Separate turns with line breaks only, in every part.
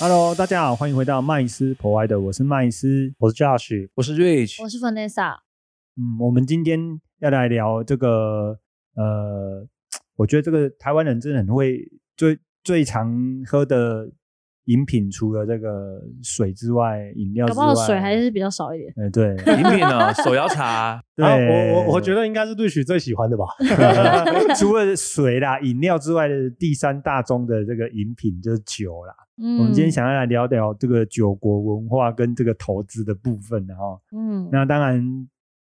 Hello，大家好，欢迎回到麦斯 Provider，我是麦斯，
我是 Josh，
我是 Rich，
我是 Vanessa，
嗯，我们今天要来聊这个，呃，我觉得这个台湾人真的很会最最常喝的饮品，除了这个水之外，饮料之
搞不
外，
好水还是比较少一点。
呃对
饮品啊，手摇茶，
对，
啊我我我觉得应该是瑞许最喜欢的吧。
得 除了水啦、饮料之外的第三大宗的这个饮品就是酒啦。
嗯
我们今天，想要来聊聊这个酒国文化跟这个投资的部分，啊然后
嗯，
那当然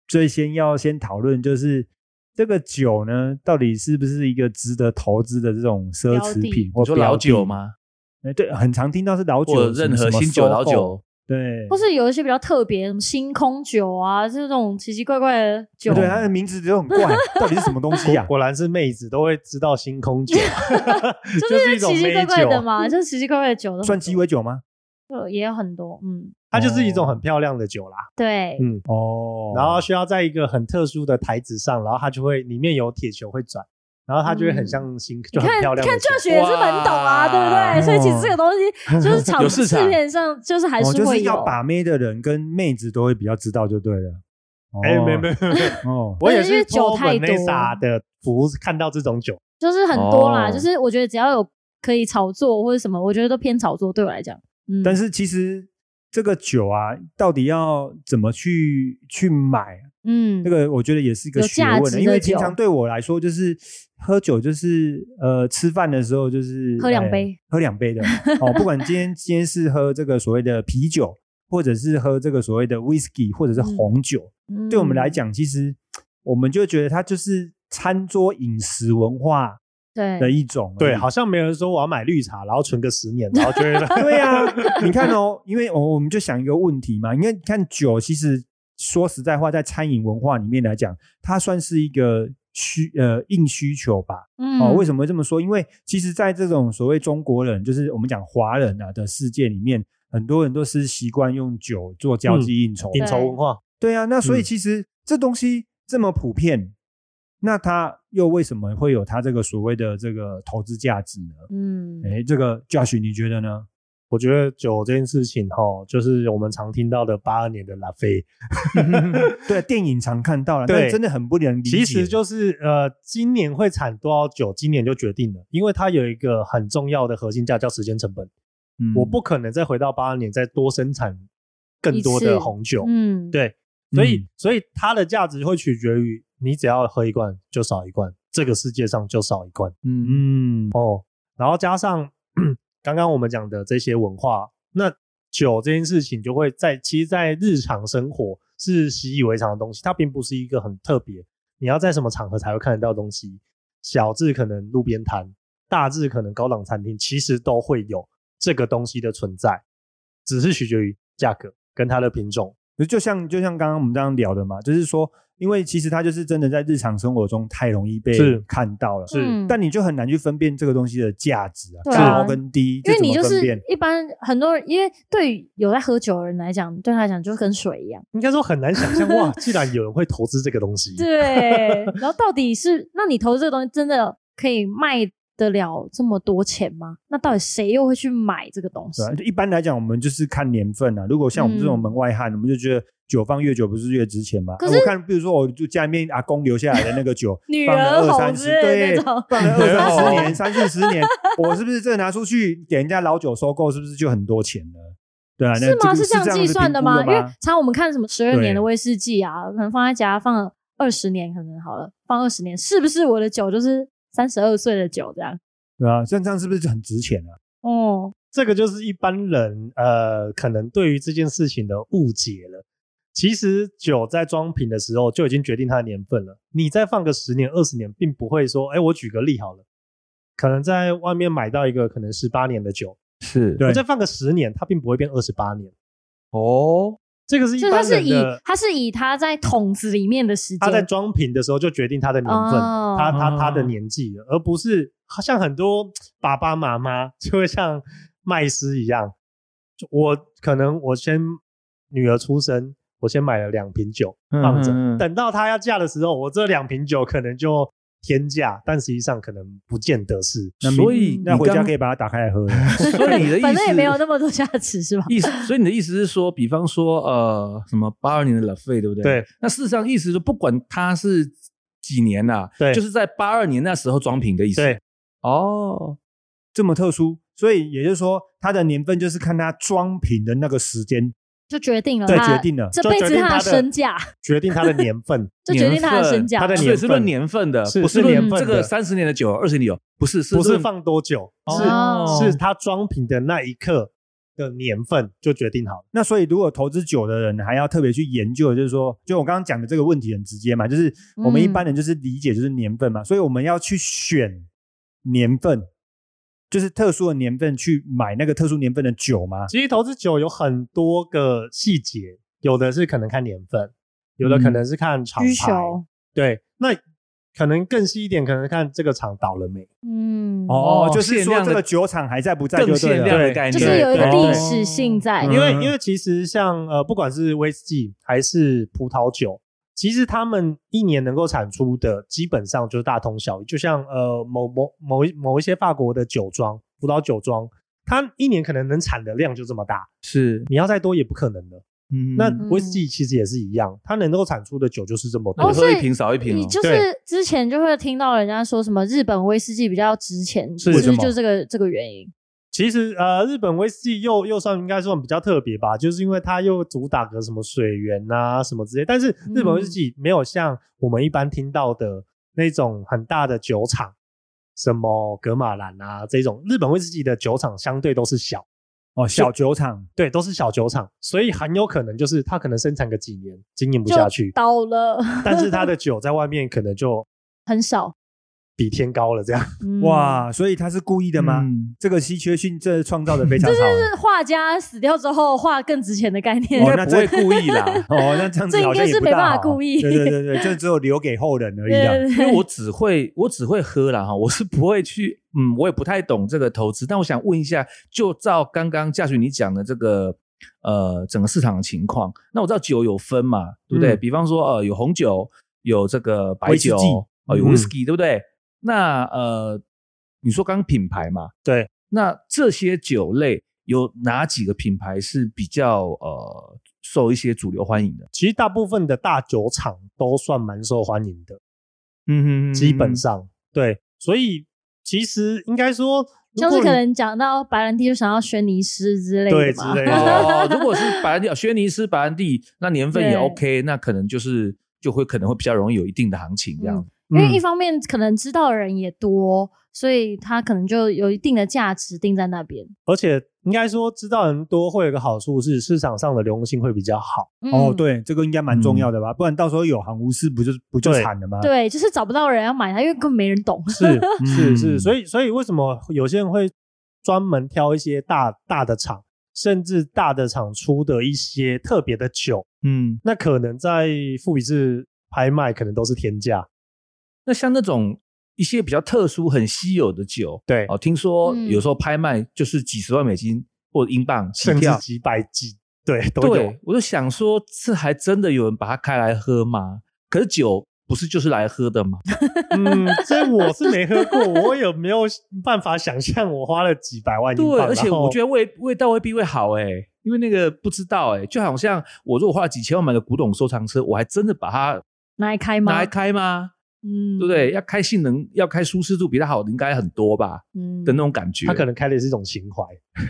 最先要先讨论就是这个酒呢，到底是不是一个值得投资的这种奢侈品或
你说
标
老
的
酒？吗？
哎，对，很常听到是老
或
酒，
者任
什
何
么
新酒、
什么
老
SOHO，
酒，
对，
或是有一些比较特别，什么星空酒啊，这种奇奇怪怪的酒。
对它的名字就很 怪，到底是什么东西呀？
果然是妹子都会知道星空酒，啊 就是一种
奇奇
美
怪怪的
酒，啊
嘛，就是奇奇怪怪的酒都 很
算
多
鸡尾酒吗？
呃也有很多，嗯，
它就是一种很漂亮的酒啦。
对，
嗯
哦，
然后需要在一个很特殊的台子上，然后它就会里面有铁球会转，然后它就会很像星，
你
就很
看，嗯
漂
你
亮的
看
球。
这学也是很懂啊，对不
哇
对？所以其实这个东西就是场
有市场
市面上就是还
哦
是
就
会
是
有
要把妹的人跟妹子都会比较知道就对了。哦
哎，没没没，没
哦，
我也
因为
是
酒
托
太
v
多
a n e 的福看到这种酒，
就是很多啦，
哦
就是我觉得只要有可以炒作或者什么，我觉得都偏炒作对我来讲。嗯，
但是其实这个酒啊，到底要怎么去去买，
嗯，
这个我觉得也是一个
有
学
价
问
值
的。
的
因为平
酒
常对我来说，就是喝酒就是呃吃饭的时候就是
喝两
哎
杯
喝两杯的哦，不管今天今天是喝这个所谓的啤酒，或者是喝这个所谓的 whisky，或者是
嗯
红酒，
嗯
对我们来，讲，其实我们就觉得它就是餐桌饮食文化
对
的一种而已，
嗯
对，好像没有人说我要买绿茶，然后存个十年，然后就 会
对呀、你看哦，因为我我们就想一个问题嘛，因为你看酒，其实说实在话，在餐饮文化里面来讲，它算是一个需呃硬需求吧。
嗯
哦，为
什
什么会这么说？因为其实，在这种所谓中国人，就是我们讲华人啊的世界里面，很多人都是习惯用酒做交际应酬。
应酬文化。
对啊，那所以
嗯
其实这东西这么普遍，那它又为什么会有它这个所谓的这个投资价值呢？
嗯
哎，这个 Josh 你觉得呢？
我觉得酒这件事情哈，就是我们常听到的八二年的拉菲，
对，电影常看到了，
对
但真的很不能理解。
其实就是呃，今年会产多少酒，今年就决定了，因为它有一个很重要的核心价叫时间成本，
嗯
我不可能再回到八二年再多生产更多
一次
的红酒，
嗯，
对，所以、
嗯
所以它的价值会取决于你只要喝一罐就少一罐，这个世界上就少一罐。
嗯嗯
哦，然后加上 刚刚我们讲的这些文化，那酒这件事情就会在其实，在日常生活是习以为常的东西，它并不是一个很特别，你要在什么场合才会看得到的东西。小至可能路边摊，大至可能高档餐厅，其实都会有这个东西的存在，只是取决于价格跟它的品种。
嗯就就像就像刚刚我们这样聊的嘛，就是说，因为其实它就是真的在日常生活中太容易被
是
看到了，
是
嗯
但你就很难去分辨这个东西的价值啊，
对啊
高跟低，
因为你
这怎么
就
分
是
辨
一般很多人，因为对于有在喝酒的人来讲，对他来讲就跟水 一样。
应该说很难想象 哇，既然有人会投资这个东西，
对，然后到底是那你投资这个东西真的可以卖得了这么多钱吗？那到底谁又会去买这个东西
对、？啊，就一般来讲，我们就是看年份啊。如果像我们这种
嗯
门外汉，我们就觉得酒放越久不是越值钱嘛。
可
啊
是，
我看，比如说我就家里面阿公留下来的那个酒
女
放了
儿
二
红
三
之
十，
类
对
的那种，哦
放 了二三十
女儿
年、三四十年，我是不是这拿出去给人家老酒收购，是不是就很多钱呢？对啊，那
是吗？
这个
是这样计算
的
吗？因为
吗？
常我们看什么十二
对
年的威士忌啊，可能放在家放了二十年，可能好了，放二十年，是不是我的酒就是三十二岁的酒这样？
对啊，像这样是不是就很值钱啊？
哦，
这个就是一般人呃，可能对于这件事情的误解了。其实酒在装瓶的时候就已经决定它的年份了，你再放个十年、二十年，并不会说，哎，我举个例好了，可能在外面买到一个可能十八年的酒，
是
对
我再放个十年，它并不会变二十八年。
哦，
这个是一
就他
般
是
人
以
的，
他是以他在桶子里面的时间，
他在装瓶的时候就决定他的年份，
哦
他他他的年纪了，而不是像很多爸爸妈妈 就会像麦斯一样，就我可能我先女儿出生，我先买了两瓶酒放着，
嗯嗯嗯
等到她要嫁的时候，我这两瓶酒可能就天价，但实际上可能不见得是。
那明
所以
那
你
回家
刚
可以把它打开来 喝了。
所以你的 意思，
反正也没有那么多价值是吧？
意思，所以你的意思是说，比方说，呃，什么八二年的 l a f 对不对？
对。
那事实上，意思是不管它是几年呐、
对
就是在八二年那时候装瓶的意思。
对。
哦，
这么特殊，所以也就是说，它的年份就是看它装瓶的那个时间，
就决定了
对，
他
决定了。
这
就
辈
决
子
定他
的
的
身价，
决定他的年份，
就决定他的身价，
他的
啊所以是论年份的，
是
不
是
论
年份
这
的
个三十年的酒、二十年的酒，不是，是
不是
论
放多久，
哦
是是他装瓶的那一刻的年份就决定好了。
那所以，如果投资酒的人还要特别去研究，就是说，就我刚刚讲的这个问题很直接嘛，就是
嗯
我们一般人就是理解就是年份嘛，所以我们要去选年份，就是特殊的年份去买那个特殊年份的酒嘛。
其实投资酒有很多个细节，有的是可能看年份，有的可能是看厂
需
牌，
求，
对，那可能更细一点，可能看这个厂倒了没。
嗯，
哦
就是
限
说
量的
这个酒厂还在不在就
更
对
限
了。
量的
对
概念，
就是有一个
对
历
对
史性在
嗯，
因为因为其实像呃，不管是威士忌还是葡萄酒，其实他们一年能够产出的基本上就是大同小异。就像呃某某某一某一些法国的酒庄、葡萄酒庄，它一年可能能产的量就这么大，
是，
你要再多也不可能的。
嗯
那
嗯
威士忌其实也是一样，它能够产出的酒就是这么
我
哦
多。
所
喝
以
一瓶少一瓶
你
哦，
就是之前就会听到人家说什么日本威士忌比较值钱，
是
不
为什
是
么
就这个这个原因？
其实呃，日本威士忌又又算应该算比较特别吧，就是因为它又主打个什么水源啊什么之类，但是日本威士忌没有像我们一般听到的那种很大的酒厂，什么格马兰啊这种，日本威士忌的酒厂相对都是小，
哦，小酒厂
对，都是小酒厂，所以很有可能就是它可能生产个几年经营不下去，
倒了
但是它的酒在外面可能就
很少，
比天高了这样。
嗯，
哇，所以他是故意的吗？
嗯
这个稀缺性这创造的非常好。
是画家死掉之后画更值钱的概念
应，
哦
该
那
不
这，
会故意啦
哦，那这样子
这应
好像
该
也
是
不
没
大
办法
好
故意
对对对对，这只有留给后人而已啊。
对
因
对
为我只会我只会喝啦哈，我是不会去，嗯，我也不太懂这个投资，但我想问一下，就照刚刚嘉许你讲的这个呃整个市场的情况，那我知道酒有分嘛，对不对？
嗯
比方说呃有红酒，有这个白
威士
酒
忌，
哦有
嗯
whisky，、对不对？那呃你说刚刚品牌嘛，
对，
那这些酒类有哪几个品牌是比较呃受一些主流欢迎的？
其实大部分的大酒厂都算蛮受欢迎的。
嗯
基本上对，所以其实应该说，如
像
果
是
你
可能讲到白兰地就想要轩尼诗之类的
对之
嘛
类的，
哦，如果是白兰地，哦轩尼诗白兰地，那年份也
对
OK，那可能就是就会可能会比较容易有一定的行情这样。
因为
嗯
一方面可能知道的人也多，所以他可能就有一定的价值定在那边。
而且应该说知道人多会有一个好处是市场上的流动性会比较好，
哦，
嗯
对，这个应该蛮重要的吧？不然到时候有行无市，不就不就
对
惨了吗？
对，就是找不到人要买它，因为根本没人懂。
是是
嗯
是，所以所以为什么有些人会专门挑一些大大的厂，甚至大的厂出的一些特别的酒，
嗯，
那可能在富比士拍卖可能都是天价，
那像那种一些比较特殊、很稀有的酒，
对
哦，听说
嗯
有时候拍卖就是几十万美金或英镑起
甚至
跳。
几百几，对都有
对，。我就想说，这还真的有人把它开来喝吗？可是酒不是就是来喝的吗？
嗯，这我是没喝 过，我也没有办法想象我花了几百万英
对，
镑。
而且我觉得
得
味味道未必会好哎、因为那个不知道哎、就好像我如果花了几千万买个古董收藏车，我还真的把它
拿来开吗？
拿来开吗？
嗯，
对不对？要开性能，要开舒适度比它好的应该很多吧
嗯
的那种感觉。
他可能开的是一种情怀，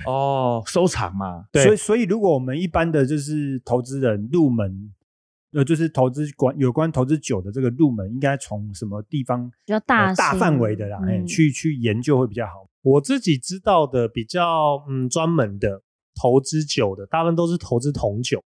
哦，收藏嘛，
对
所
嗯
以所以如果我们一般的就是投资人入门，呃，就是投资管有关投资酒的这个入门，应该从什么地方
比较大
呃大
型
范围的啦，哎
嗯
去去研究会比较好。
我自己知道的比较嗯专门的投资酒的，大部分都是投资红酒，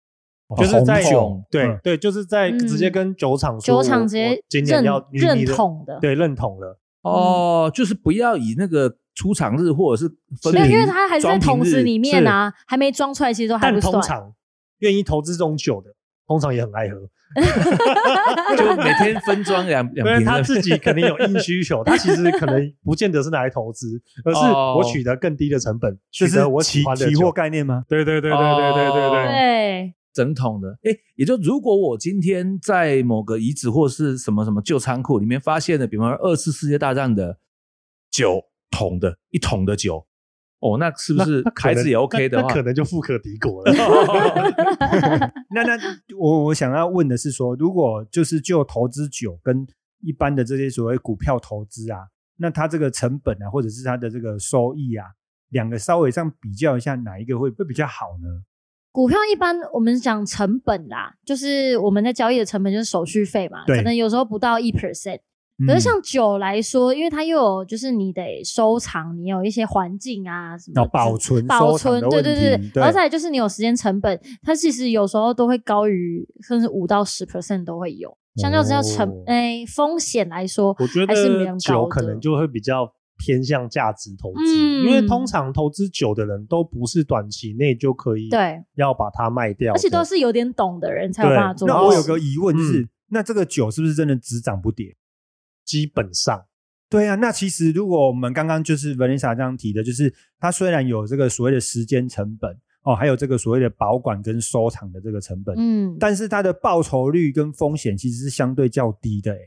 就是在
哦红酒
对、
嗯
对，就是在
嗯
直接跟酒厂
酒
说
厂
我
直接
我今年
认
要你
认
你的
同的，
对认桶了，
哦，就是不要以那个出厂日或者是分
没有，
瓶，
因为它还是在
装瓶
桶子
日
里面啊，还没装出来，其实都还
但
不
通
算。
常愿意投资这种酒的，通常也很爱喝，
就每天分装两
因
两
为
瓶
他
的
自己肯定有硬需 求，他其实可能不见得是拿来投资，而是
哦
我取得更低的成本，
就
取
是
得我
期
喜欢的
期
酒
货。概念吗？
对对对对对对对对。
哦对，
整桶的。哎，也就如果我今天在某个遗址或是什么什么旧仓库里面发现了，比方说二次世界大战的酒桶的一桶的酒，哦，那是不
那
是
那可
牌
能
子也 OK 的
那
话
那可？能就富可敌 国了。
那那我我想要问的是说，如果就是就投资酒跟一般的这些所谓股票投资啊，那它这个成本啊，或者是它的这个收益啊，两个稍微上比较一下，哪一个会会比较好呢？
股票一般我们讲成本啦，就是我们在交易的成本就是手续费嘛，
对
可能有时候不到一 percent。
嗯
可是像酒来说，因为它又有就是你得收藏，你有一些环境啊什么
哦
之
保存
保
收藏
存，
的
对
问
对
题
对，
对
然后再来就是你有时间成本，它其实有时候都会高于甚至五到十 percent 都会有。相较之下成
哦
诶、风险来说，
我觉
还是没
得
人
酒
高
可
的
能就会比较偏向价值投资，
嗯
因为通常投资酒的人都不是短期内就可以
对，
要把它卖掉的，
而且都是有点懂的人才有
对
办法做
那
到。
我有个疑问就是，
嗯
那这个酒是不是真的只涨不跌？
基本上
对啊，那其实如果我们刚刚就是 Vanessa 这样提的，就是它虽然有这个所谓的时间成本哦，还有这个所谓的保管跟收藏的这个成本，
嗯，
但是它的报酬率跟风险其实是相对较低的，诶。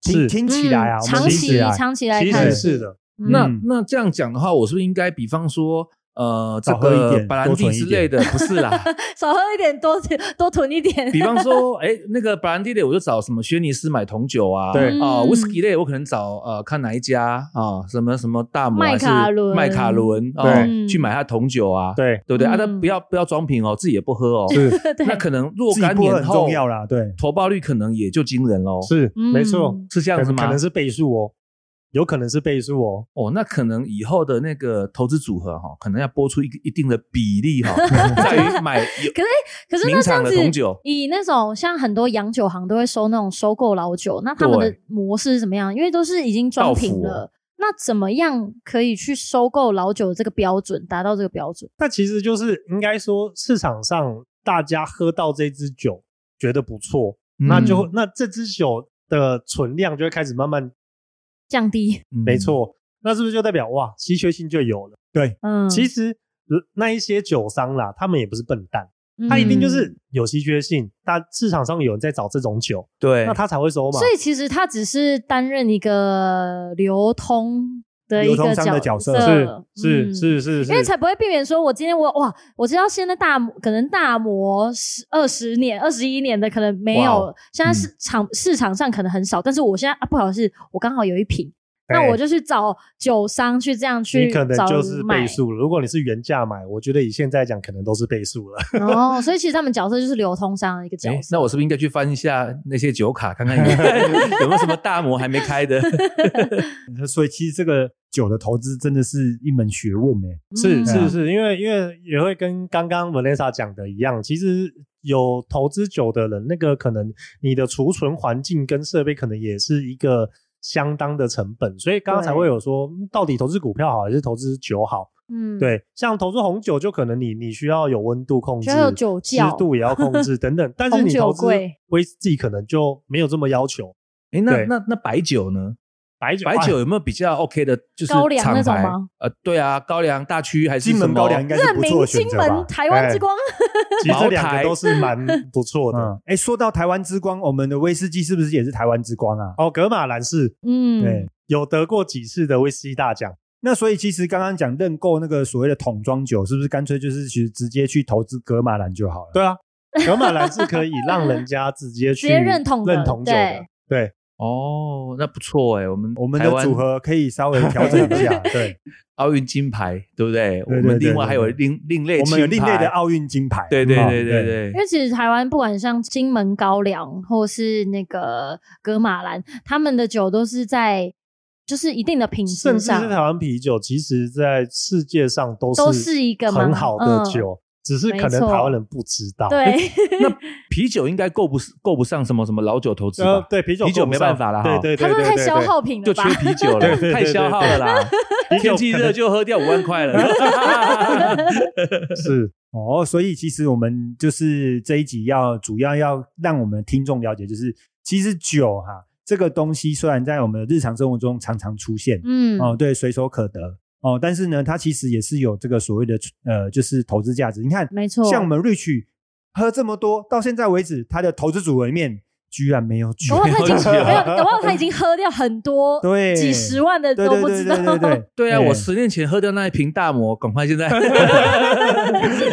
听
是
听起来啊，
嗯
我们
长
听
期
起来
长期来
其
看
实是的，
嗯
那
嗯
那这样讲的话，我是不是应该比方说，呃，这
少喝一
个
点
白兰
多
地
存一
之 类的，不是啦？
少喝一点，多多囤一点。
比方说，哎，那个白兰地类，我就找什么轩尼诗买桶酒啊，
对
啊
嗯
，whisky 类，我可能找呃看哪一家啊，什么什么大摩
麦卡伦
还是麦卡伦啊
对，
去买它桶酒啊，
对，
对不对？啊，
嗯
但不要不要装瓶哦，自己也不喝哦，
是
对，
那可能若
自己
干
不喝
年
很
后
重要啦，对，
投报率可能也就惊人喽，
是
嗯
没错，
是这
这
样子
可
吗
能？是倍数哦，有可能是倍数哦，
哦，那可能以后的那个投资组合哈、可能要拨出一个一定的比例 哈、在于买有
可可是那
名
这
厂
样
的
子，
红酒，嗯
以那种像很多洋酒行都会收那种收购老酒，那他们的
对
模式是怎么样？因为都是已经装瓶
到
了，那怎么样可以去收购老酒这个标准，达到这个标准？
那其实就是应该说市场上大家喝到这支酒觉得不错，那就
嗯
那这支酒的存量就会开始慢慢
降低，
嗯
没，错，那是不是就代表哇稀缺性就有了？对，
嗯，
其
实
实呃那一些酒商啦，他们也不是笨蛋，
嗯
他一定就是有稀缺性，那市场上有人在找这种酒，
对，
那他才会收嘛
所。以其实他只是担任一个流通的一
流通
个
商的角色
是
嗯
是是是是，
因为才不会避免说，我今天我哇，我知道现在大摩可能大摩十二十年、二十一年的可能没
哇
有
哦，
现在
嗯
市场、市场上可能很少，但是我现在啊不好是，我刚好有一瓶，那
哎
我就去找酒商去这样去
你可能
找
就是
买
倍数了。如果你是原价买，我觉得以现在讲可能都是倍数了。
哦，所以其实他们角色就是流通商的一个角
诶
色。
那我是不是应该去翻一下那些酒卡，看看有 有没有什么大模还没开的？
所以其实这个酒的投资真的是一门学问啊诶。
是
嗯
是是，因为因为也会跟刚刚 Vanessa 讲的一样，其实有投资酒的人，那个可能你的储存环境跟设备可能也是一个相当的成本，所以刚刚才
对
会有说，嗯到底投资股票好还是投资酒好？
嗯，
对，像投资红酒就可能你你需要有温度控制，
需要有酒
湿
窖
度也要 控制等等，但是
红
你
酒
投资
贵
威士忌可能就没有这么要求。
哎，那
对
那那白酒呢？
白酒，
白
哎
酒有没有比较 OK 的？就是
高粱
厂
那种
牌
吗？
呃，对啊，高粱大区还是
金
什
门
么
高粱应该是
任
不
明
错的选
金
择
门
吧。
台湾
哎
之光，
其实这
茅
两
台
个都是蛮不错的。
嗯，哎，说到台湾之光，我们的威士忌是不是也是台湾之光啊？
哦，格马兰是
嗯，
对，
有得过几次的威士忌大奖。
那所以其实刚刚讲认购那个所谓的桶装酒，是不是干脆就是其实直接去投资格马兰就好了？
对啊，格马兰是可以让人家直接去
直接认同的
认同酒的
对。
对，
哦，那不错哎，我们
我们
台
的
湾
组合可以稍微调整一 下，对，
奥运金牌，对不对？我
对
们
对
另外还有
对对
另另类，
我们有另类的，奥运金牌，
对对对
嗯
对对
因。为其实台湾不管像金门高粱或是那个格马兰，他们的酒都是在就是一定的品
甚
质
至是台
上，
湾啤酒，其实在世界上都
都是一个蛮嗯
很好的酒，只是可
没
能
错
台湾人不知道。
对，
那啤酒应该够不够不上什么什么老酒投资
呃
吧，？
对啤酒
啤酒
够不
没
上
办法啦
对
哈
对对
他
对
们
对，
太
对
消，耗品了
就
吧
缺？啤酒
对
了
对对，
太消耗了啦！
啤酒
天气
可
热
能
就喝掉五万块了，
是
哦，所以其实我们就是这一集要主要要让我们听众了解，就是其实酒哈、这个东西虽然在我们的日常生活中常常出现，
嗯，
哦，对，随手可得哦，但是呢，它其实也是有这个所谓的呃，就是投资价值。你看，
没错，
像我们 Rich 喝这么多，到现在为止，他的投资组合里面居然没有酒
搞不，好他已经
了解
没有，搞不好他已经喝掉很多，
对，
几十万的
对
都
对
不
对
知
对对
道。
对
对啊，
对
我十年前喝掉那一瓶大摩，赶快 现在嗯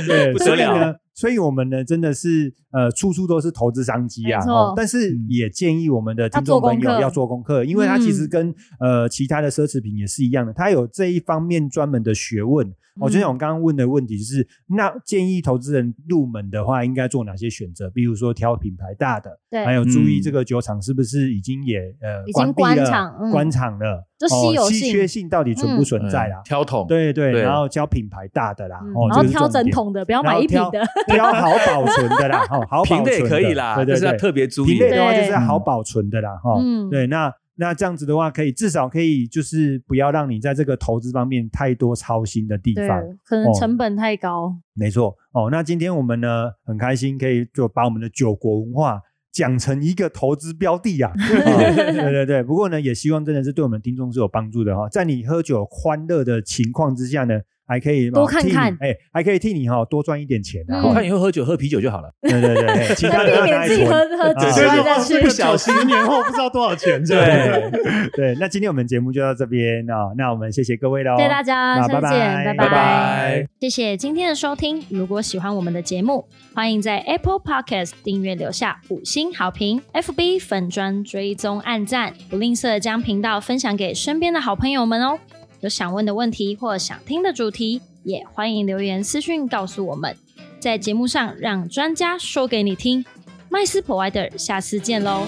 对，
不
所
得
以
了
呢，所以我们呢，真的是呃，处处都是投资商机啊
没。错
哦，但是
嗯
也建议我们的听众朋友
要
要
做嗯
做功课，因为它其实跟、呃其他的奢侈品也是一样的，它有这一方面专门的学问。哦，就像
嗯
我刚刚问的问题，就是、那建议投资人入门的话，应该做哪些选择？比如说挑品牌大的，
对，
还有注意
嗯
这个酒厂是不是已经也呃
已经
关闭
关
了
厂嗯
关厂了，
就稀有
哦、
性
稀缺性到底存不存在啦？
嗯挑桶，
对对，
对
然后挑品牌大的啦，
嗯
哦，
然后
这是
挑
重
整
点
桶的，不要买一瓶
然后
的。
挑哦挑好保存的 啦，哈，好保
瓶
存
的也可以啦，
对
但
对
是要
对，
特别注
瓶
意
类。的话
对
就是要好保存的啦，哈，
嗯，
对，那那这样子的话，可以至少可以就是不要让你在这个投资方面太多操心的地
对
方，，
可能
哦
成本太高。
没错，哦，那今天我们呢很开心可以就把我们的九国文化。讲成一个投资标的 啊，哦对对对。不过呢，也希望真的是对我们听众是有帮助的哈、在你喝酒欢乐的情况之下呢，还可以
多看
替你
看
哎，还可以替你哈、多赚一点钱啊。
嗯
哈
我看以后喝酒喝啤酒就好了。
对对对，其他
但
的
避
要拿
免
来
自己喝
存。
喝
啊对
几十万
对
下
这
去
个。小十年后不知道多少钱，这样
对，
对，那今天我们节目就到这边啊、那我们谢谢各位喽，
谢谢大家，
那
下
拜
次见，
拜
拜拜。
谢谢今天的收听。如果喜欢我们的节目，欢迎在 Apple Podcast 订阅留下五星好评，FB 粉砖追踪按赞，不吝啬将频道分享给身边的好朋友们哦。有想问的问题或想听的主题，也欢迎留言私讯告诉我们，在节目上让专家说给你听。麦斯 Provider，下次见喽。